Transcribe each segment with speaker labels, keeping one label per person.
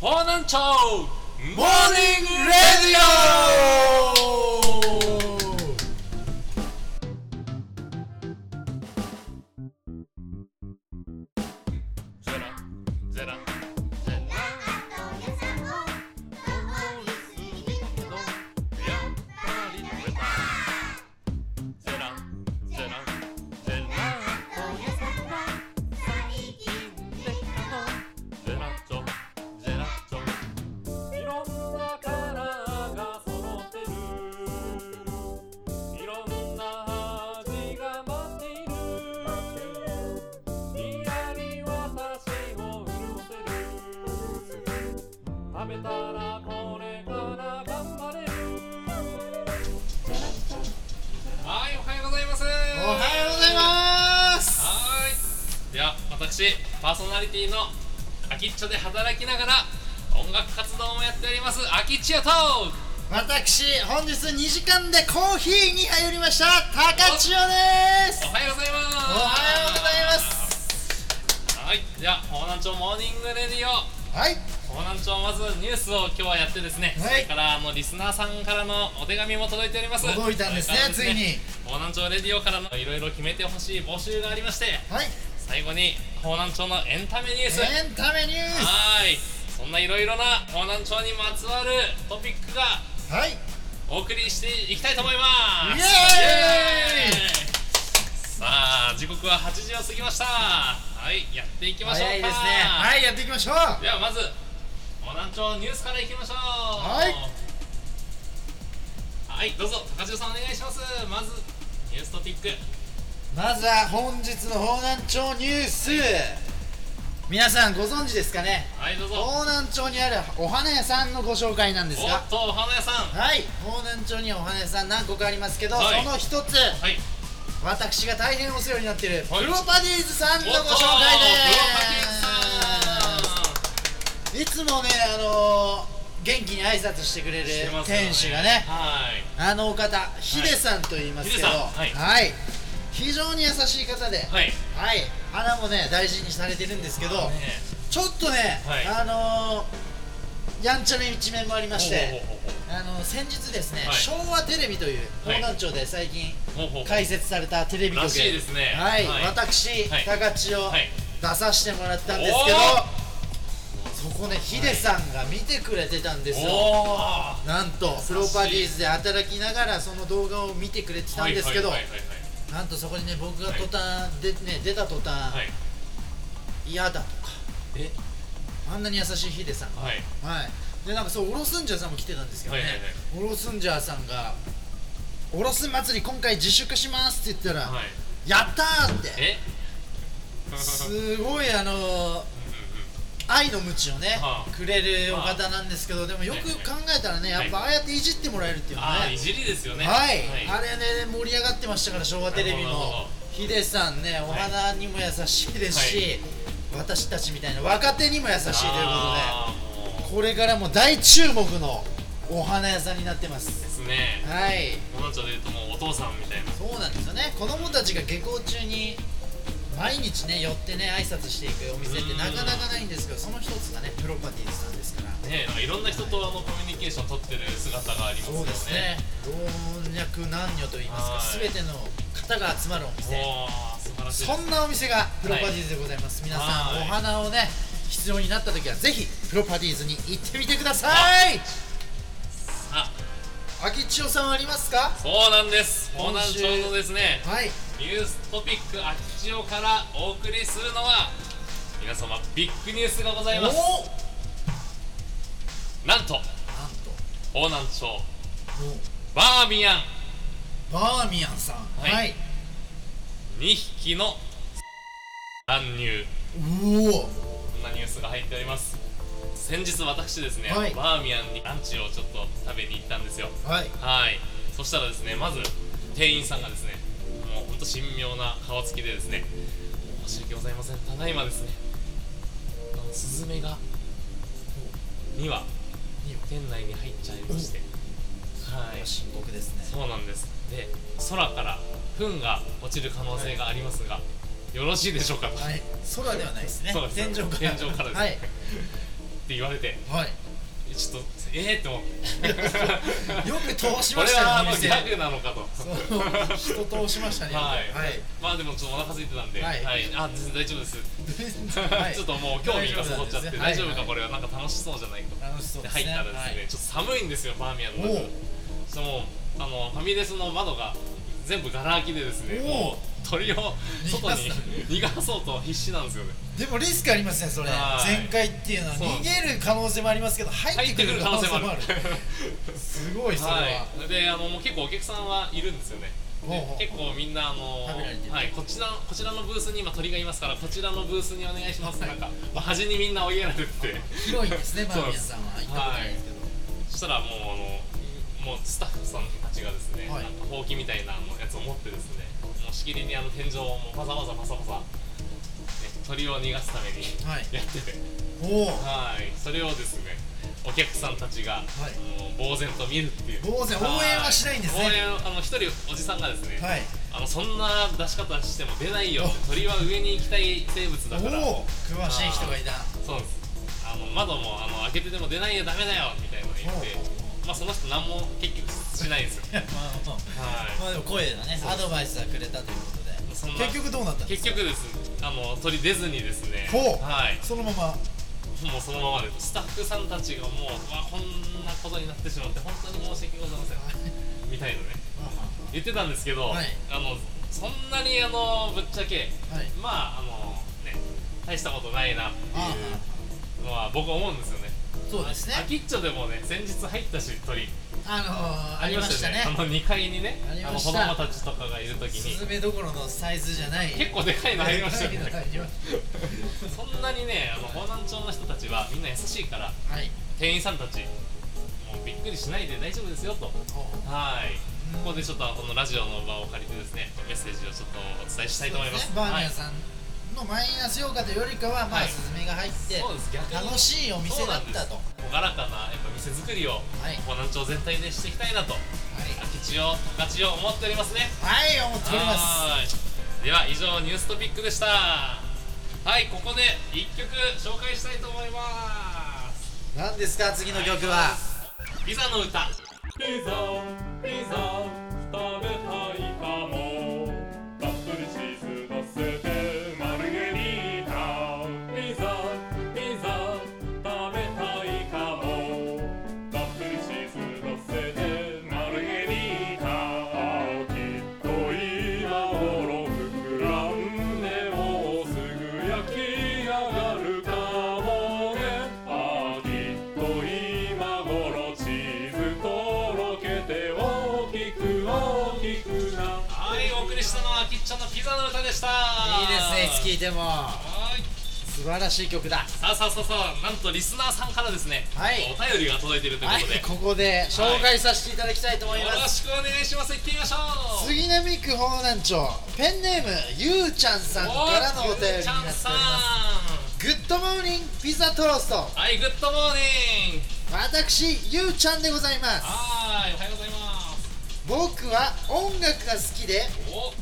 Speaker 1: 方南町
Speaker 2: モーニングレディオ
Speaker 1: ゼラゼラゼラゼラゼラゼラチョゼラチョいろんなカラーが揃ってるいろんな味が待っているにやり私を潤せる食べたらこれから頑張れるはいおはようございます
Speaker 2: おはようございます
Speaker 1: はーいでは私パーソナリティのアキッチョで働きながら音楽活動もやっておりますアキッチョと
Speaker 2: 私本日2時間でコーヒーに入りました高千代です
Speaker 1: おはようございます
Speaker 2: おは
Speaker 1: は
Speaker 2: ようございます
Speaker 1: いでは方南町モーニングレディオ
Speaker 2: はい
Speaker 1: 方南町まずニュースを今日はやってですね、
Speaker 2: はい
Speaker 1: それからあのリスナーさんからのお手紙も届いております
Speaker 2: 届いたんですね
Speaker 1: それから方南町レディオからのいろいろ決めてほしい募集がありまして
Speaker 2: はい
Speaker 1: 最後に方南町のエンタメニュース、
Speaker 2: エンタメニュース
Speaker 1: はーいそんないろいろな方南町にまつわるトピックが
Speaker 2: はい
Speaker 1: お送りしていきたいと思います
Speaker 2: イエーイ
Speaker 1: さあ時刻は8時を過ぎましたはいやっていきましょうか
Speaker 2: 早いですねはいやっていきましょうは
Speaker 1: ではまず方南町ニュースからいきましょう
Speaker 2: はい
Speaker 1: はいどうぞ高城さんお願いしますまずニューストピック
Speaker 2: まずは本日の方南町ニュース皆さんご存知ですかね
Speaker 1: はいどうぞ
Speaker 2: 方南町にあるお花屋さんのご紹介なんです
Speaker 1: お
Speaker 2: が
Speaker 1: っとお花屋さんは
Speaker 2: はい方南町にはお花屋さん何個かありますけど、
Speaker 1: はい
Speaker 2: その一つ
Speaker 1: い
Speaker 2: 私が大変お世話になっているプ
Speaker 1: はい
Speaker 2: ロパディーズさんのご紹介ですいつもねあのー元気に挨拶してくれる店主がね
Speaker 1: はい
Speaker 2: あのお方ヒデさんと言いますけど
Speaker 1: ヒデさんはい
Speaker 2: はい非常に優しい方では
Speaker 1: はいい
Speaker 2: 花もね大事にされてるんですけど
Speaker 1: ね
Speaker 2: ちょっとね
Speaker 1: はい
Speaker 2: あのーやんちゃな一面もありまして
Speaker 1: ほう
Speaker 2: あの先日ですね、
Speaker 1: はい
Speaker 2: 昭和テレビという方
Speaker 1: はい
Speaker 2: 南町で最近
Speaker 1: ほうほうほうほうほうほう
Speaker 2: 開設されたテレビ局
Speaker 1: らしいですね
Speaker 2: はい、
Speaker 1: はい
Speaker 2: 私、
Speaker 1: はい
Speaker 2: 高千を
Speaker 1: はい
Speaker 2: 出させてもらったんですけど、そこねヒデさんが見てくれてたんですよ、
Speaker 1: おー
Speaker 2: なんとプロパディーズで働きながらその動画を見てくれてたんですけど、
Speaker 1: はいはいはいはい
Speaker 2: なんとそこにね僕が途端、でね出た途端、
Speaker 1: はい
Speaker 2: 嫌だとか
Speaker 1: え
Speaker 2: あんなに優しいヒデさんが
Speaker 1: はい
Speaker 2: はい、でなんかそうオロスンジャーさんも来てたんですけどね、
Speaker 1: はいはい
Speaker 2: オロスンジャーさんが「オロスン祭り今回自粛します」って言ったら「
Speaker 1: はい
Speaker 2: やったー!」って
Speaker 1: え
Speaker 2: すごいあのー
Speaker 1: うんうんうん
Speaker 2: 愛の鞭をね、
Speaker 1: はあ
Speaker 2: くれるお方なんですけどでもよく考えたらねやっぱああやっていじってもらえるっていうのね、
Speaker 1: あ
Speaker 2: は
Speaker 1: ーい
Speaker 2: い
Speaker 1: じりですよね
Speaker 2: あれね盛り上がってましたから昭和テレ
Speaker 1: な
Speaker 2: ビ
Speaker 1: るほどなる
Speaker 2: も
Speaker 1: ほ
Speaker 2: ヒデさんねお
Speaker 1: い
Speaker 2: 花にも優しいですし、
Speaker 1: は
Speaker 2: 私たちみたいな若手にも優しいということで。
Speaker 1: あーもう
Speaker 2: これからも大注目のお花屋さんになってます
Speaker 1: ですね
Speaker 2: はい
Speaker 1: この町でいうともうお父さんみたいな
Speaker 2: そうなんですよね子供たちが下校中に毎日ね寄ってね挨拶していくお店ってなかなかないんですけどその一つがねプロパティーズさんですから
Speaker 1: ねなんかいろんな人とあのコミュニケーション取ってる姿がありますよね
Speaker 2: そうですね老若男女といいますか
Speaker 1: はい
Speaker 2: 全ての方が集まるお店
Speaker 1: おー素晴らしいです
Speaker 2: そんなお店がプロパティーズでございます、皆さん
Speaker 1: はい
Speaker 2: お花をね必要になった時はぜひプロパティーズに行ってみてください
Speaker 1: あ
Speaker 2: あきちおさんはありますか
Speaker 1: そうなんです方南町のですね
Speaker 2: はい
Speaker 1: ニューストピック空き地をからお送りするのは皆様ビッグニュースがございます
Speaker 2: おー
Speaker 1: なんと
Speaker 2: なんと
Speaker 1: 方南町
Speaker 2: もう
Speaker 1: バーミヤン
Speaker 2: バーミヤンさん
Speaker 1: はい2匹の乱入
Speaker 2: うお
Speaker 1: こんなニュースが入っております先日私ですね、
Speaker 2: はい
Speaker 1: バーミヤンにランチをちょっと食べに行ったんですよ
Speaker 2: はい
Speaker 1: はいそしたらですねまず店員さんがですねもうほんと神妙な顔つきでですね申し訳ございませんただいまですねあのスズメが2羽
Speaker 2: 二羽
Speaker 1: 店内に入っちゃいましてはい
Speaker 2: 深刻ですね
Speaker 1: そうなんですで空から糞が落ちる可能性がありますが、よろしいでしょうかと、
Speaker 2: はい空ではないですね
Speaker 1: そうです
Speaker 2: 天井から
Speaker 1: 天井からです
Speaker 2: はい
Speaker 1: って言われて
Speaker 2: はい
Speaker 1: ちょっとええー、って思って
Speaker 2: よく通し
Speaker 1: こ
Speaker 2: ま
Speaker 1: れ
Speaker 2: したね
Speaker 1: は
Speaker 2: お
Speaker 1: まあギ
Speaker 2: 店
Speaker 1: ャグなのかと
Speaker 2: そう人通しましたね
Speaker 1: はい
Speaker 2: はい
Speaker 1: まあでもちょっとお腹空いてたんで、
Speaker 2: はい
Speaker 1: あ全然大丈夫です、
Speaker 2: は い
Speaker 1: ちょっともう興味がそそっちゃって大
Speaker 2: 大
Speaker 1: 丈
Speaker 2: 丈
Speaker 1: 夫か、
Speaker 2: 夫なんですねはいはい
Speaker 1: これはなんか楽しそうじゃないかと
Speaker 2: 楽しそう
Speaker 1: で
Speaker 2: です
Speaker 1: 入っ
Speaker 2: ね
Speaker 1: たらですね、
Speaker 2: はい
Speaker 1: ちょっと寒いんですよバーミヤンの中
Speaker 2: おう
Speaker 1: そのあのファミレスの窓が全部ガラ空きでですね
Speaker 2: おう
Speaker 1: もう鳥を外に逃
Speaker 2: 逃
Speaker 1: がそうと必死なんですよね
Speaker 2: でもリスクありますねそれ
Speaker 1: はい
Speaker 2: 全開っていうのは
Speaker 1: そう
Speaker 2: 逃げる可能性もありますけど 入
Speaker 1: 入
Speaker 2: っ
Speaker 1: っててく
Speaker 2: くる
Speaker 1: る
Speaker 2: 可
Speaker 1: 可
Speaker 2: 能
Speaker 1: 能
Speaker 2: 性
Speaker 1: 性
Speaker 2: も
Speaker 1: も
Speaker 2: あ
Speaker 1: あ
Speaker 2: る
Speaker 1: る
Speaker 2: すごいそれ は、
Speaker 1: はいであのもう結構お客さんはいるんですよねで
Speaker 2: ほうほう
Speaker 1: 結構みんなあの
Speaker 2: 食べられてる
Speaker 1: はい、こちらこちらのブースに今鳥がいますからこちらのブースにお願いします
Speaker 2: はい
Speaker 1: なんか、まあ、端にみんな追いやられてて
Speaker 2: 広いんですねバ
Speaker 1: そう
Speaker 2: ーミヤンさんは行ったことないですけど、
Speaker 1: そしたらもうあのもうスタッフさんたちがですね、
Speaker 2: はい
Speaker 1: なんかほうきみたいなあのやつを持ってですねもうしきりにあの天井をもうパサパサパサパサ、ね、鳥を逃がすために
Speaker 2: はい
Speaker 1: やってて、
Speaker 2: おお
Speaker 1: はいそれをですねお客さんたちが、もう呆然と見るっていう
Speaker 2: 呆然応援はしないんですね
Speaker 1: 応援あの一人おじさんがですね、
Speaker 2: はい
Speaker 1: あのそんな出し方しても出ないよって鳥は上に行きたい生物だから
Speaker 2: おお詳しい人がいた
Speaker 1: そうですあの窓もあの開けてでも出ないよダメだよみたいなの言って
Speaker 2: ほうほ
Speaker 1: まあその人何も結局しないんですよ
Speaker 2: まあまあ
Speaker 1: は
Speaker 2: まあでも声だね
Speaker 1: そう
Speaker 2: アドバイスはくれたということで
Speaker 1: いそんな
Speaker 2: 結局どうなったんです
Speaker 1: 結
Speaker 2: か
Speaker 1: 局ですあの鳥出ずにですね
Speaker 2: ほう
Speaker 1: はい
Speaker 2: そのまま
Speaker 1: もうそのままでスタッフさんたちがもう、まあ、こんなことになってしまって本当に申し訳ございませんみたいなね言ってたんですけど、
Speaker 2: はい
Speaker 1: あのそんなにあのぶっちゃけ
Speaker 2: はい
Speaker 1: まああのね大したことないなって
Speaker 2: あ
Speaker 1: いうのは僕思うんですよね
Speaker 2: そうですね
Speaker 1: アキッチョでもね先日入ったし鳥
Speaker 2: あのー、ありましたね
Speaker 1: あの2階にね
Speaker 2: あり
Speaker 1: あの
Speaker 2: ま
Speaker 1: 子
Speaker 2: した
Speaker 1: 供たちとかがいるとき
Speaker 2: スズ
Speaker 1: に
Speaker 2: メどころのサイズじゃない
Speaker 1: 結構でかいの入りましたよ
Speaker 2: でか
Speaker 1: ね
Speaker 2: いの入りまし
Speaker 1: そんなにねあの方南町の人たちはみんな優しいから
Speaker 2: たはい
Speaker 1: 店員さんたちもうびっくりしないで大丈夫ですよとはいここでちょっとこのラジオの場を借りてですねメッセージをちょっとお伝えしたいと思います
Speaker 2: そうでねバーミ
Speaker 1: はい
Speaker 2: ヤンさんのマイナス評価というよりかは、まあ
Speaker 1: はい
Speaker 2: スズメが入って
Speaker 1: そうです逆に
Speaker 2: 楽しいお店だった
Speaker 1: そうな
Speaker 2: と
Speaker 1: んです朗らかなやっぱ店作りを
Speaker 2: はい
Speaker 1: 方南町全体でしていきたいなと
Speaker 2: はい
Speaker 1: 空き地を高地を思っておりますね
Speaker 2: はい思っております
Speaker 1: はーいでは以上ニューストピックでしたはいここで一曲紹介したいと思います
Speaker 2: 何ですか次の曲は、
Speaker 1: ピザの歌ピザピザ食べたいかもたっぷりチーズのせてマルゲリータピザピザ食べたいかもたっぷりチーズのせてマルゲリータきっと今頃膨らんでもうすぐ焼き上がるかもねあきっと今頃チーズとろけて大きく大きくなはいお送りしたのはキッチョのピザの歌でしたい
Speaker 2: いいですねいつ聴いても
Speaker 1: はい
Speaker 2: 素晴らしい曲だ
Speaker 1: さあさあさあさあなんとリスナーさんからですね、
Speaker 2: はい
Speaker 1: お便りが届いているという
Speaker 2: は
Speaker 1: ことで、
Speaker 2: いここで紹介させていただきたいと思い
Speaker 1: よ
Speaker 2: ます、
Speaker 1: ろしくお願いします行ってみましょう
Speaker 2: 杉並区方南町ペンネームゆうちゃんさんからのお便りになっており
Speaker 1: ちゃん
Speaker 2: ま
Speaker 1: さ
Speaker 2: す
Speaker 1: ん
Speaker 2: グッドモーニングピザトロスト
Speaker 1: はいグッドモーニング
Speaker 2: 私ゆうちゃんでございます
Speaker 1: はーいおはようございます
Speaker 2: 僕は音楽が好きで
Speaker 1: お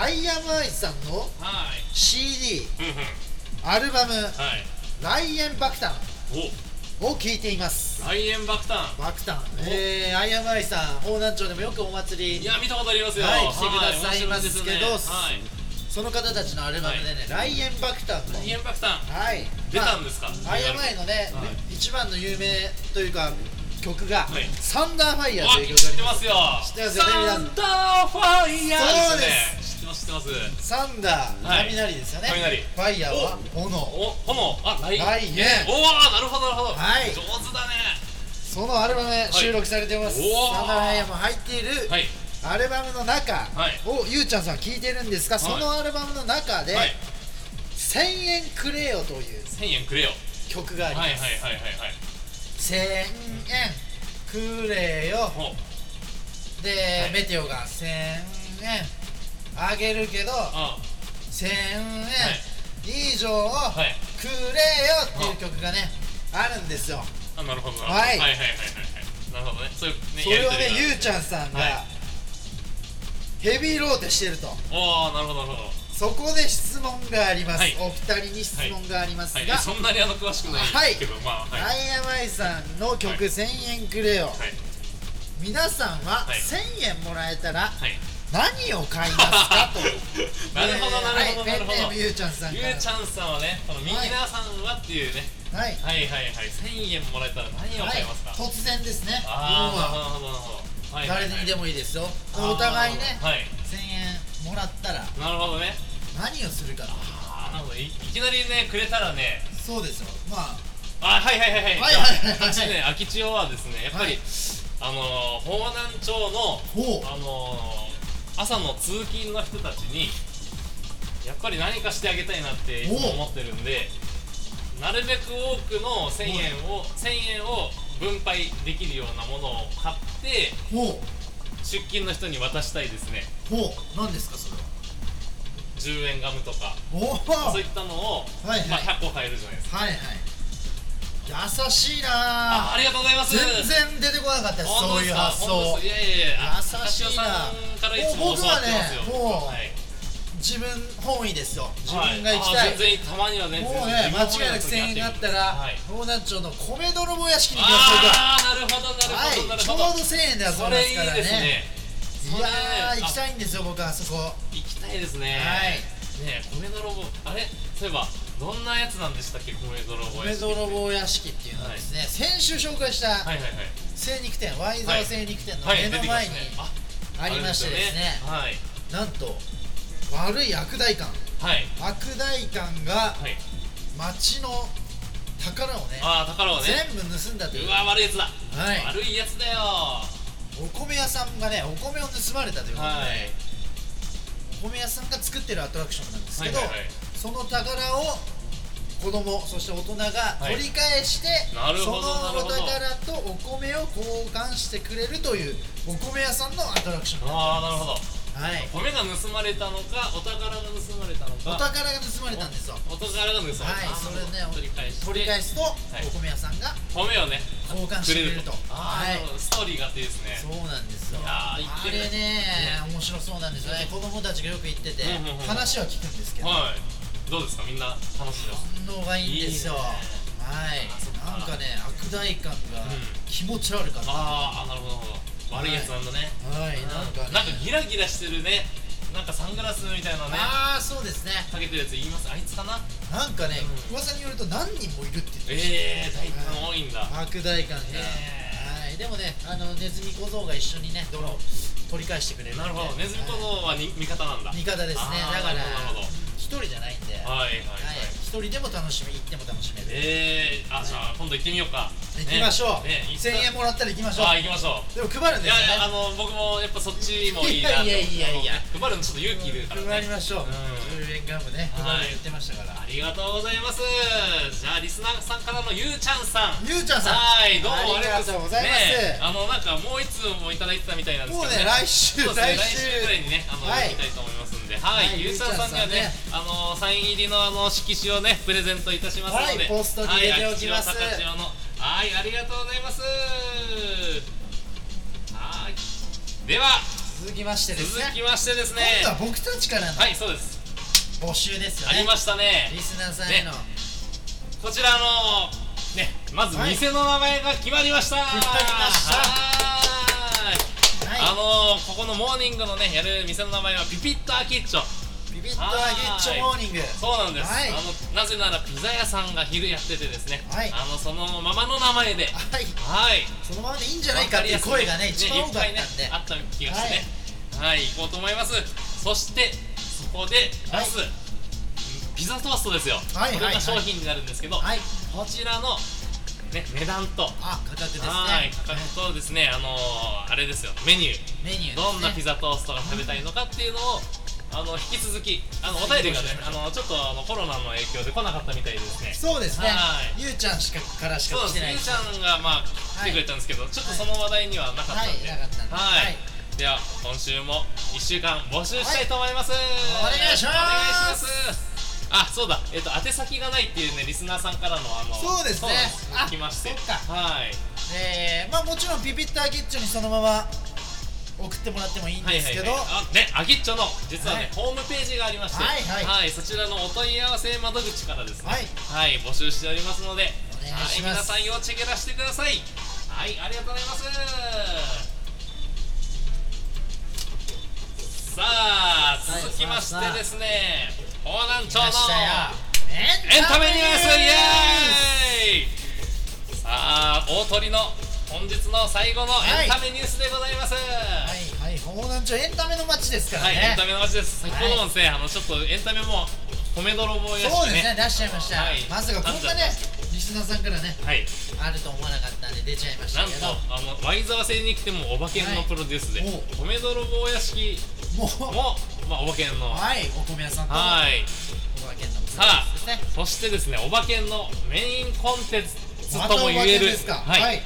Speaker 2: アイアムアイさんの
Speaker 1: はーい
Speaker 2: CD
Speaker 1: ふんふん
Speaker 2: アルバム
Speaker 1: はい
Speaker 2: 「来園爆弾
Speaker 1: お」
Speaker 2: を聴いています
Speaker 1: 来園爆誕
Speaker 2: 爆弾えー、アイアムアイさん方南町でもよくお祭
Speaker 1: い
Speaker 2: り
Speaker 1: や見たことありますよ
Speaker 2: はい来てください
Speaker 1: は面白ですね
Speaker 2: ますけど
Speaker 1: はい
Speaker 2: その方たちのアルバムでね「来園爆弾」の
Speaker 1: 来園爆誕
Speaker 2: はい
Speaker 1: 出たん
Speaker 2: ま
Speaker 1: ですか
Speaker 2: あ IMI のね、
Speaker 1: はい
Speaker 2: 一番の有名というか曲が、
Speaker 1: はい
Speaker 2: サンダーファイヤー
Speaker 1: わ
Speaker 2: という曲
Speaker 1: 知って
Speaker 2: が
Speaker 1: ま
Speaker 2: あり
Speaker 1: すよ
Speaker 2: 知ってますよね皆
Speaker 1: サ
Speaker 2: さん
Speaker 1: ンダーファイヤー
Speaker 2: そうで
Speaker 1: ね知ってます知ってます
Speaker 2: ますサンダー、
Speaker 1: はい
Speaker 2: 雷ですよね
Speaker 1: 雷
Speaker 2: ファイヤーは炎
Speaker 1: お炎あ来
Speaker 2: 来園
Speaker 1: おおなるほどなるほど
Speaker 2: は
Speaker 1: 上
Speaker 2: い
Speaker 1: 手だね
Speaker 2: そのアルバムで収録されてます、
Speaker 1: おー
Speaker 2: サンダーファイヤーも入っている
Speaker 1: はい
Speaker 2: アルバムの中
Speaker 1: い
Speaker 2: を、ゆうちゃんさん聴いてるんですが、
Speaker 1: い
Speaker 2: そのアルバムの中で「
Speaker 1: はい
Speaker 2: 1000円くれよ」という
Speaker 1: 千円くれよ
Speaker 2: 曲があ
Speaker 1: は
Speaker 2: り
Speaker 1: い
Speaker 2: ま
Speaker 1: は
Speaker 2: す
Speaker 1: いはいはいはい
Speaker 2: 1000円くれよ
Speaker 1: ほう
Speaker 2: で、
Speaker 1: はい
Speaker 2: メテオが1000円あげるけど
Speaker 1: あ
Speaker 2: 1000円以上を
Speaker 1: はい
Speaker 2: くれよっていう曲がねあるんですよ
Speaker 1: あなるほどなるほど
Speaker 2: は
Speaker 1: はいいはいはいはいはいなるほどねそういうね
Speaker 2: それをね
Speaker 1: やりとりが
Speaker 2: ゆうちゃんさんが
Speaker 1: はい
Speaker 2: ヘビーローテしてると
Speaker 1: おおなるほどなるほど
Speaker 2: そこで質問があります、
Speaker 1: はい
Speaker 2: お二人に質問がありますが、
Speaker 1: はい、そんなにあの詳しくないけど、まあはい
Speaker 2: ダイヤマイさんの曲
Speaker 1: はい
Speaker 2: 「1000円くれよ」
Speaker 1: はい
Speaker 2: 皆さんは
Speaker 1: はい
Speaker 2: 1000円もらえたら
Speaker 1: はい
Speaker 2: 何を買います かと
Speaker 1: なるほどなるほど
Speaker 2: え
Speaker 1: な
Speaker 2: ー
Speaker 1: るほ
Speaker 2: はい、ペンネー
Speaker 1: ど
Speaker 2: ムゆうちゃんさんか
Speaker 1: ゆう
Speaker 2: ら
Speaker 1: ちゃんさんはねこのみんなさんはっていうね
Speaker 2: はい、
Speaker 1: はいはいはい1000円もらえたら何を買いますか、
Speaker 2: はい、突然ですね
Speaker 1: ああな
Speaker 2: 要は
Speaker 1: るほどなるほど、はいはいは
Speaker 2: 誰
Speaker 1: い
Speaker 2: にでもいいですよ、
Speaker 1: あー
Speaker 2: お互いね、
Speaker 1: はい
Speaker 2: 1000円もらったら
Speaker 1: なるほどね
Speaker 2: 何をするか
Speaker 1: あーなるほどいいきなりねくれたらね
Speaker 2: そうですよまあ
Speaker 1: あはいはいはいはい
Speaker 2: はいはいはいはい
Speaker 1: じゃあ私ね空き地はですねやっぱり、
Speaker 2: はい
Speaker 1: あのー方南町の
Speaker 2: ほう
Speaker 1: あのー朝の通勤の人たちにやっぱり何かしてあげたいなっていつも思ってるんでなるべく多くの1000円を1000円を分配できるようなものを買って
Speaker 2: ほ
Speaker 1: 出勤の人に渡したいですね
Speaker 2: うほう何ですかそれは
Speaker 1: 10円ガムとか
Speaker 2: おお
Speaker 1: そ
Speaker 2: は
Speaker 1: う
Speaker 2: い
Speaker 1: いったのを、
Speaker 2: はいはい
Speaker 1: まあ、100個買えるじゃないですか
Speaker 2: はい優しいな
Speaker 1: あ
Speaker 2: あ
Speaker 1: ありがとうございます
Speaker 2: 全然出てこなかったですそういう発
Speaker 1: 本当
Speaker 2: 想
Speaker 1: ですか本当ですかいやいやいや
Speaker 2: 優し
Speaker 1: あ高橋さんからいつも教
Speaker 2: いな
Speaker 1: わってますよ
Speaker 2: もう僕はねもう
Speaker 1: はい
Speaker 2: 自分本位ですよ自分が行きた、
Speaker 1: はいあ全然たまにはね
Speaker 2: もうね間違いなく1000円があったら
Speaker 1: はい、
Speaker 2: 方南町の米泥棒屋敷に行きましょうか
Speaker 1: ああなるほどなるほどな
Speaker 2: はい
Speaker 1: る
Speaker 2: ちょ
Speaker 1: ほ
Speaker 2: う
Speaker 1: ど、
Speaker 2: ど1000円で遊
Speaker 1: そ
Speaker 2: べますから
Speaker 1: れいいですね
Speaker 2: ねいやー行き
Speaker 1: い
Speaker 2: たいんですよ僕はあそこは
Speaker 1: 行きたいですね
Speaker 2: い
Speaker 1: ね米泥棒あれそういえばどんなやつなんでしたっけ米泥棒
Speaker 2: 米泥棒屋敷っていうのはですね、先週紹介した
Speaker 1: はいはいはい
Speaker 2: 精肉店、ワイザー精肉店の
Speaker 1: はい出
Speaker 2: 目の
Speaker 1: てきます
Speaker 2: 前に
Speaker 1: ねあ
Speaker 2: ありましてですね,、
Speaker 1: あれですよ
Speaker 2: なんと悪い悪代官
Speaker 1: はいはい
Speaker 2: 悪代官が
Speaker 1: はい
Speaker 2: 町の宝をね
Speaker 1: ああ宝をね
Speaker 2: 全部盗んだというう
Speaker 1: わ悪いやつだ、
Speaker 2: はい
Speaker 1: 悪いやつだよ
Speaker 2: お米屋さんがねお米を盗まれたということで、
Speaker 1: はい
Speaker 2: お米屋さんが作ってるアトラクションなんですけど、
Speaker 1: はいはいはい
Speaker 2: その宝を子供そして大人が
Speaker 1: い
Speaker 2: 取り返して、
Speaker 1: なる
Speaker 2: その
Speaker 1: ほどなる
Speaker 2: お
Speaker 1: ほど
Speaker 2: 宝とお米を交換してくれるというお米屋さんのアトラクションに
Speaker 1: ああな
Speaker 2: なって
Speaker 1: る
Speaker 2: おり
Speaker 1: ほど
Speaker 2: ます
Speaker 1: 米が盗
Speaker 2: はい
Speaker 1: まれたのかお宝が盗まれたのか
Speaker 2: お宝が盗まれたんですよ
Speaker 1: お宝が盗まれた
Speaker 2: はい
Speaker 1: あー
Speaker 2: それね
Speaker 1: 取り返して
Speaker 2: 取り返すと、
Speaker 1: い
Speaker 2: お米屋さんが
Speaker 1: 米をね
Speaker 2: 交換してくれると
Speaker 1: あ
Speaker 2: はい
Speaker 1: あ、なるほどストーリーがあっていいですね
Speaker 2: そうなんですよ
Speaker 1: いや
Speaker 2: あ
Speaker 1: ー行って
Speaker 2: れ
Speaker 1: る
Speaker 2: ね面白そうなんですよね子供たちがよく行ってて
Speaker 1: うんうんうん
Speaker 2: 話は聞くんですけど
Speaker 1: はいどうですかみんな楽しいです
Speaker 2: 反応がいいんです
Speaker 1: い
Speaker 2: よ
Speaker 1: いね
Speaker 2: はい
Speaker 1: あそっか
Speaker 2: なんかね悪代感が
Speaker 1: うん
Speaker 2: 気持ち悪かった、
Speaker 1: あーあなるほどなるほど悪いやつなんだね、
Speaker 2: はい
Speaker 1: うん
Speaker 2: なんかね
Speaker 1: なんかギラギラしてるねなんかサングラスみたいなね
Speaker 2: ああそうですね
Speaker 1: かけてるやつ言いますあいつかな
Speaker 2: なんかね、
Speaker 1: うん
Speaker 2: 噂によると何人もいるって言っ
Speaker 1: ええ
Speaker 2: てました
Speaker 1: ー、大胆多いんだ、
Speaker 2: 悪代感が、
Speaker 1: えー
Speaker 2: はいでもねあのネズミ小僧が一緒にね泥を取り返してくれるんで
Speaker 1: なるほどネズミ小
Speaker 2: は
Speaker 1: 僧はに味方なんだ
Speaker 2: い味方ですね
Speaker 1: あー
Speaker 2: だから
Speaker 1: なるほどなるほ
Speaker 2: 一人じゃないんで、
Speaker 1: ど
Speaker 2: はい
Speaker 1: はいはいはい、
Speaker 2: 一人でも楽しみ行っても楽しめる、
Speaker 1: えー、あじゃあ今度行ってみようか
Speaker 2: 行きましょう、
Speaker 1: ねね
Speaker 2: 1000円もらったら行きましょう
Speaker 1: あ行きましょう
Speaker 2: でも配るん
Speaker 1: い
Speaker 2: です
Speaker 1: やいや
Speaker 2: よね
Speaker 1: あの僕もやっぱそっちもいいなと
Speaker 2: いやいやいやい
Speaker 1: あ
Speaker 2: や
Speaker 1: のね配るのちょっと勇気いるからね
Speaker 2: 配りましょう、
Speaker 1: ん
Speaker 2: 10円ガムね
Speaker 1: はい
Speaker 2: 配るの言ってましたから、
Speaker 1: ありがとうございますじゃあリスナーさんからのゆうちゃんさん
Speaker 2: ゆうちゃんさん
Speaker 1: はいどうも
Speaker 2: ありがとうございます、
Speaker 1: ねあのなんかもう一通もいただいてたみたいなんです
Speaker 2: もう
Speaker 1: けど
Speaker 2: ね来週、
Speaker 1: そうですね
Speaker 2: 来
Speaker 1: 来週
Speaker 2: 週
Speaker 1: ぐらいにね、あの、
Speaker 2: はい
Speaker 1: 行きたいと思いますんで、はい、
Speaker 2: はい
Speaker 1: ゆうちゃんさんにはね、
Speaker 2: ゆうちゃん
Speaker 1: あのサイン入りのあの色紙をね、プレゼントいたしますので、
Speaker 2: はいポストに入れておきます
Speaker 1: はい、秋代高千代の、はい、ありがとうございます。はい、では、
Speaker 2: 続きましてです
Speaker 1: 続
Speaker 2: ね
Speaker 1: きましてですね、
Speaker 2: 今度は僕たちからの
Speaker 1: はい、そうです、
Speaker 2: 募集ですよ
Speaker 1: あ
Speaker 2: ね、
Speaker 1: りましたね
Speaker 2: リ。スナーさんへの、
Speaker 1: ねこちらあのね、まず
Speaker 2: はい
Speaker 1: 店の名前が決まりました。
Speaker 2: 決まりました
Speaker 1: はーい。あ
Speaker 2: は
Speaker 1: のここのモーニングのねやる店の名前はピピッとアキッチョ
Speaker 2: い、ビビッとアゲッチョモーニング
Speaker 1: そうなんです、
Speaker 2: はい
Speaker 1: あのなぜならピザ屋さんが昼やっててですね、
Speaker 2: はい
Speaker 1: あのそのままの名前では
Speaker 2: はい
Speaker 1: い
Speaker 2: そのままでいいんじゃないかっていう声がね一番多かったんで、
Speaker 1: いっぱいねあった気がしてねはい、行こうと思いますそしてそこで出す、ピザトーストですよ、
Speaker 2: はい
Speaker 1: これが
Speaker 2: はいはい
Speaker 1: 商品になるんですけど、
Speaker 2: はい
Speaker 1: こちらの、ね、値段と
Speaker 2: あ価格ですね
Speaker 1: はい価格とですね、あのーあれですよメニュー
Speaker 2: メニューですね
Speaker 1: どんなピザトーストが食べたいのかっていうのをあの引き続きあのお便りがねあのちょっとあのコロナの影響で来なかったみたいですね
Speaker 2: そうですね
Speaker 1: はい
Speaker 2: ゆうちゃんしかからしか
Speaker 1: そうです
Speaker 2: 来てな
Speaker 1: ゆ
Speaker 2: いう
Speaker 1: ちゃんがまあ来てくれたんですけど、ちょっとその話題にはなかったんで
Speaker 2: はいなかったんで
Speaker 1: はい
Speaker 2: はい
Speaker 1: では今週も1週間募集したいと思います、
Speaker 2: いお願いし
Speaker 1: お
Speaker 2: ます
Speaker 1: 願いしますあそうだえっ、と宛先がないっていうねリスナーさんからのあの
Speaker 2: そうですね
Speaker 1: なん
Speaker 2: あ
Speaker 1: です来まして
Speaker 2: そっか
Speaker 1: はい
Speaker 2: えー、まあもちろんビビッターキッチョにそのまま送ってもらってもいいんですけど、
Speaker 1: あねアギッチョの実はね、
Speaker 2: はい
Speaker 1: ホームページがありまして
Speaker 2: はいはい
Speaker 1: そちらのお問い合わせ窓口からですね
Speaker 2: はい
Speaker 1: い募集しておりますので
Speaker 2: お願いします
Speaker 1: はい、皆さんよチェケラしてくださいはいありがとうございますさあ
Speaker 2: はい
Speaker 1: 続きまし
Speaker 2: さあさあ
Speaker 1: てですね方南町
Speaker 2: 来ましたよ
Speaker 1: のエ
Speaker 2: エ
Speaker 1: ンタメニュース
Speaker 2: ース
Speaker 1: イエーイさあ大鳥の本日の最後のエンタメニュースでございます、
Speaker 2: はいはい、方南町エンタメの街ですから
Speaker 1: はい、
Speaker 2: ね。
Speaker 1: エンタメの街です。先ほどもですね、あのちょっとエンタメも米泥棒やし
Speaker 2: そうで
Speaker 1: ね
Speaker 2: すね、出しちゃいました。
Speaker 1: はい
Speaker 2: まさかこんなね、リスナーさんからね、
Speaker 1: はい、
Speaker 2: あると思わなかったんで出ちゃいまし
Speaker 1: な
Speaker 2: た
Speaker 1: ん
Speaker 2: け
Speaker 1: と
Speaker 2: ど、
Speaker 1: あのワイザワ星に来てもお化けのプロデュースで、
Speaker 2: はいお
Speaker 1: 米泥棒屋敷
Speaker 2: もう、
Speaker 1: もまあお化けのは
Speaker 2: はい、お米屋さん
Speaker 1: い。
Speaker 2: と、おばけんの
Speaker 1: さあ
Speaker 2: ですね。
Speaker 1: そしてですね、お化けのメインコンテンツ
Speaker 2: ま
Speaker 1: と
Speaker 2: た
Speaker 1: も
Speaker 2: おば
Speaker 1: 言え
Speaker 2: け
Speaker 1: る、
Speaker 2: ですか。
Speaker 1: はい、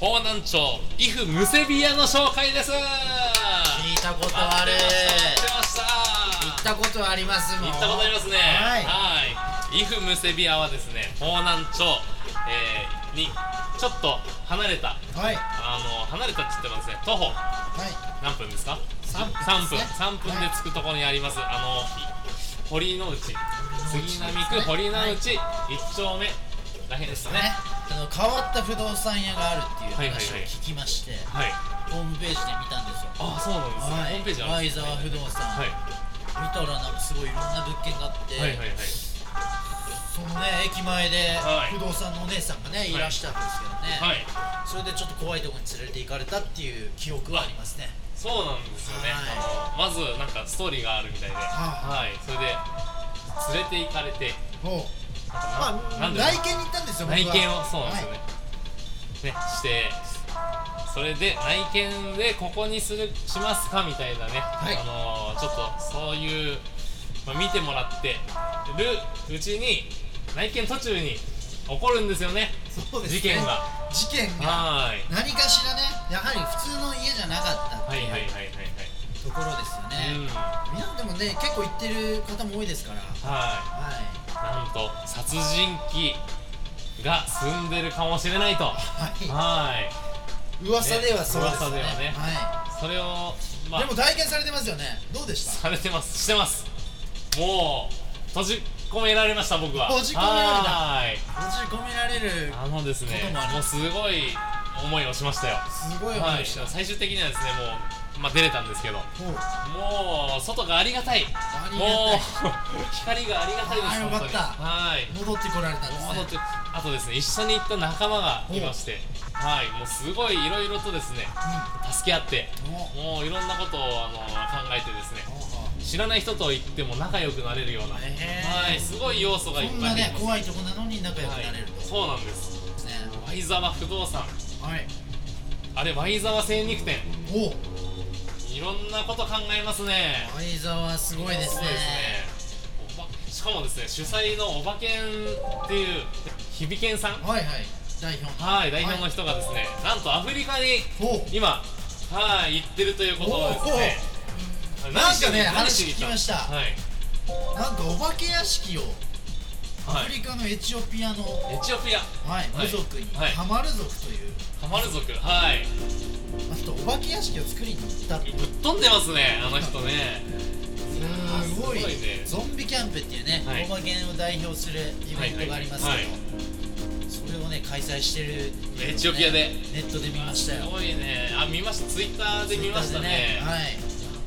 Speaker 1: 方南町イフむせび屋の紹介です。
Speaker 2: 聞いたこ
Speaker 1: こと
Speaker 2: あ
Speaker 1: っ
Speaker 2: る。
Speaker 1: てました。
Speaker 2: 行ったことありますもん。
Speaker 1: 行ったことありますね
Speaker 2: はい。
Speaker 1: はいイフむせび屋はですね方南町、えーにちょっと離れた
Speaker 2: はい。
Speaker 1: あの離れたって言ってもですね徒歩
Speaker 2: は
Speaker 1: 何分ですか
Speaker 2: 三分
Speaker 1: 三分
Speaker 2: ですね
Speaker 1: 三分で着くところにあります、あの堀之内杉並区堀之内一丁目らへん
Speaker 2: い。
Speaker 1: で
Speaker 2: ですす
Speaker 1: か
Speaker 2: ね
Speaker 1: ね。
Speaker 2: あの変わった不動産屋があるっていう
Speaker 1: はいはいはい
Speaker 2: 話を聞きまして、
Speaker 1: はい
Speaker 2: ホームページで見たんですよ。
Speaker 1: ああそうなんですね、
Speaker 2: はい
Speaker 1: ホームページあ
Speaker 2: ワ
Speaker 1: るん
Speaker 2: イ
Speaker 1: です
Speaker 2: ザ
Speaker 1: ね
Speaker 2: ワ不動産、
Speaker 1: はい
Speaker 2: 見たらなんかすごいいろんな物件があって、
Speaker 1: はいはいはい
Speaker 2: そのね駅前で
Speaker 1: はい
Speaker 2: 不動産のお姉さんがね、い、らしたんですけどね、
Speaker 1: はい
Speaker 2: それでちょっと怖いところに連れて行かれたっていう記憶はありますね
Speaker 1: そうなんですよね、
Speaker 2: は
Speaker 1: あのまずなんかストーリーがあるみたいで、
Speaker 2: は
Speaker 1: はい、それで連れて行かれて
Speaker 2: ほ
Speaker 1: ま
Speaker 2: うまあ
Speaker 1: なん
Speaker 2: 内見
Speaker 1: でだろう
Speaker 2: に行ったんですよ
Speaker 1: 内見を
Speaker 2: 僕は
Speaker 1: そうなんですよね、ねしてそれで内見でここにするしますかみたいなね、
Speaker 2: い
Speaker 1: あのーちょっとそういう、まあ、見てもらってるうちに内見途中に起こるんですよね
Speaker 2: そうですね
Speaker 1: 事件が
Speaker 2: 事件が
Speaker 1: はーい
Speaker 2: 何かしらねやはり普通の家じゃなかったって
Speaker 1: はいいは
Speaker 2: う
Speaker 1: いはいはい
Speaker 2: ところですよ
Speaker 1: はい、うん
Speaker 2: ね、皆さんでもね結構行ってる方も多いですから
Speaker 1: はい
Speaker 2: はい
Speaker 1: なんと殺人鬼が住んでるかもしれないと
Speaker 2: は
Speaker 1: はい
Speaker 2: い噂ではそうです
Speaker 1: 噂
Speaker 2: ね
Speaker 1: ではね
Speaker 2: は
Speaker 1: それをま
Speaker 2: い、
Speaker 1: あ
Speaker 2: でも体験されてますよねどうでした
Speaker 1: されてますしてますもう閉じ込められました僕は
Speaker 2: 閉じ込められた
Speaker 1: はーい
Speaker 2: 閉じ込められる
Speaker 1: あのです
Speaker 2: こ
Speaker 1: ね
Speaker 2: ともあり
Speaker 1: も
Speaker 2: ま
Speaker 1: うすごい思いをしましたよ
Speaker 2: すごい思い
Speaker 1: は
Speaker 2: で
Speaker 1: い
Speaker 2: した、
Speaker 1: 最終的にはですねもうまあ出れたんですけど
Speaker 2: ほう
Speaker 1: もう外がありがたい
Speaker 2: ありがたい
Speaker 1: もう光がありがたいで
Speaker 2: あ
Speaker 1: す
Speaker 2: ーよか
Speaker 1: 本
Speaker 2: った
Speaker 1: 当にはい
Speaker 2: 戻ってこられたんです
Speaker 1: あ
Speaker 2: ね
Speaker 1: とちょあとですね一緒に行った仲間がいましてはいもうすごいいろいろとですね助け合って
Speaker 2: うんお
Speaker 1: もういろんなことをあの考えてですね知らない人と行っても仲良くなれるような、
Speaker 2: へー
Speaker 1: はいすごい要素がいっ
Speaker 2: こん
Speaker 1: ぱい
Speaker 2: な
Speaker 1: 入っ
Speaker 2: ね
Speaker 1: てます
Speaker 2: 怖いとこなのに仲良くなれると、
Speaker 1: はい、そうなんです
Speaker 2: ですね
Speaker 1: ワイザワ不動産
Speaker 2: はい
Speaker 1: あれワイザワ精肉店
Speaker 2: お
Speaker 1: いろんなこと考えますね
Speaker 2: 相沢すごいです
Speaker 1: そう
Speaker 2: ね
Speaker 1: ですねおばしかもですね主催のおばけんっていう響けんさん
Speaker 2: はいはい代表
Speaker 1: はい代表の人がですね、なんとアフリカに
Speaker 2: おう
Speaker 1: 今はい行ってるということをですね
Speaker 2: なんかね
Speaker 1: 何しに行った
Speaker 2: 話聞きました
Speaker 1: はい、
Speaker 2: なんかお化け屋敷をア
Speaker 1: は
Speaker 2: フリカのエチオピアの、はい
Speaker 1: い、エチオピアはい
Speaker 2: 部族に、
Speaker 1: はい
Speaker 2: ハマル族という
Speaker 1: ハマル族はい
Speaker 2: あとお化け屋敷を作りに行ったって
Speaker 1: ぶっ飛んでますねあの人ね
Speaker 2: すごい
Speaker 1: すごいね
Speaker 2: ゾンビキャンプっていうね、
Speaker 1: はい
Speaker 2: おばけんを代表するイベントがありますけど、
Speaker 1: はいはい
Speaker 2: それをね開催してるっていうのをね
Speaker 1: エチオピアで
Speaker 2: ネットで見ました
Speaker 1: す
Speaker 2: よ
Speaker 1: ごいねあ見ましたツイッターで見ましたね
Speaker 2: はい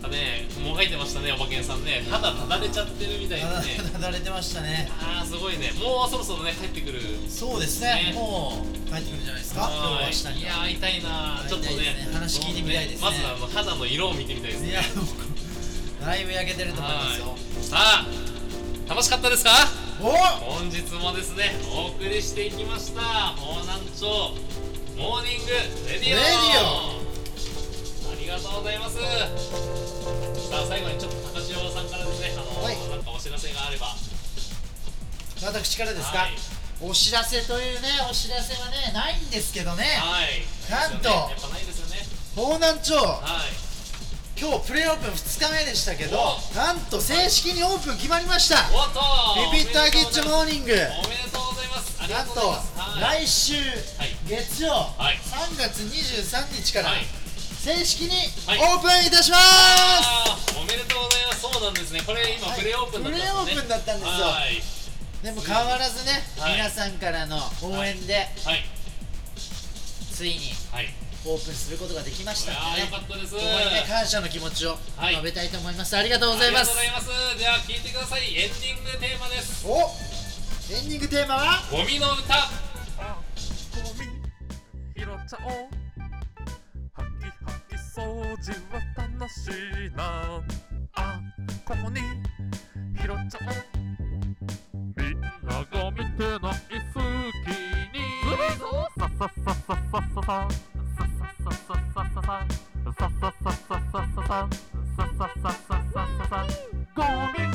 Speaker 1: なんかねもがいてましたねおばけんさんね肌ただれちゃってるみたいですね
Speaker 2: ただれてましたね
Speaker 1: あーすごいねもうそろそろね帰ってくる
Speaker 2: そうですね
Speaker 1: ね
Speaker 2: もう帰ってくるんじゃないですか今日
Speaker 1: は
Speaker 2: は下
Speaker 1: い
Speaker 2: に
Speaker 1: いや
Speaker 2: は
Speaker 1: ー痛いなーちょっとね
Speaker 2: 会いたいですね話聞いてみたいですね
Speaker 1: まずはあの肌の色を見てみたいです
Speaker 2: い
Speaker 1: ね
Speaker 2: やもうだいぶ焼けてると思いますよ
Speaker 1: はいさあ楽しかったですか
Speaker 2: お
Speaker 1: 本日もですねお送りしていきました方南町モーニングレディオ
Speaker 2: レディ
Speaker 1: ありがとうございますさあ最後にちょっと高千穂さんからですねあの、
Speaker 2: はい
Speaker 1: なんかお知らせがあれば
Speaker 2: 私からですか、
Speaker 1: はい
Speaker 2: お知らせというねお知らせはねないんですけどね
Speaker 1: はい
Speaker 2: なんと
Speaker 1: やっぱないですよね
Speaker 2: 方南町
Speaker 1: はい
Speaker 2: 今日プレーオープン2日目でしたけど
Speaker 1: お
Speaker 2: なんと正式にオープン決まりました
Speaker 1: おっと
Speaker 2: リピッターギッチモ
Speaker 1: おめで
Speaker 2: ーニング
Speaker 1: とうございますおめで
Speaker 2: なん
Speaker 1: とう
Speaker 2: と
Speaker 1: ございますありがとうございますはい
Speaker 2: 来週
Speaker 1: い
Speaker 2: 月曜
Speaker 1: はい
Speaker 2: 3月23日から
Speaker 1: はい
Speaker 2: 正正式に
Speaker 1: はい
Speaker 2: オープンいたします、
Speaker 1: あーおめでとうございますそうなんですねこれ今
Speaker 2: はい
Speaker 1: プレオープンだったんですね、
Speaker 2: プレオープンだったんですよ
Speaker 1: はい
Speaker 2: でも変わらずね、
Speaker 1: はい
Speaker 2: 皆さんからの応援で、
Speaker 1: はい
Speaker 2: ついに
Speaker 1: はい
Speaker 2: オープンすることができました
Speaker 1: あ
Speaker 2: ん
Speaker 1: あ
Speaker 2: で
Speaker 1: よ
Speaker 2: ね
Speaker 1: かったです
Speaker 2: ここにね感謝の気持ちを
Speaker 1: はい
Speaker 2: 述べたいと思います、ありがとうございます
Speaker 1: ありがとうございますでは聞いてくださいエンディングテーマです
Speaker 2: おエンディングテーマは
Speaker 1: ゴミの歌
Speaker 3: あゴミ拾っちゃおうハキハキ掃除は楽しいなあここに拾っちゃおうみんなが見てない好きにさっさっさっさっさっさっさっさっさっさっさっさっさっさっさっさっさっさっさっさっさっさっさっさっさっゴミ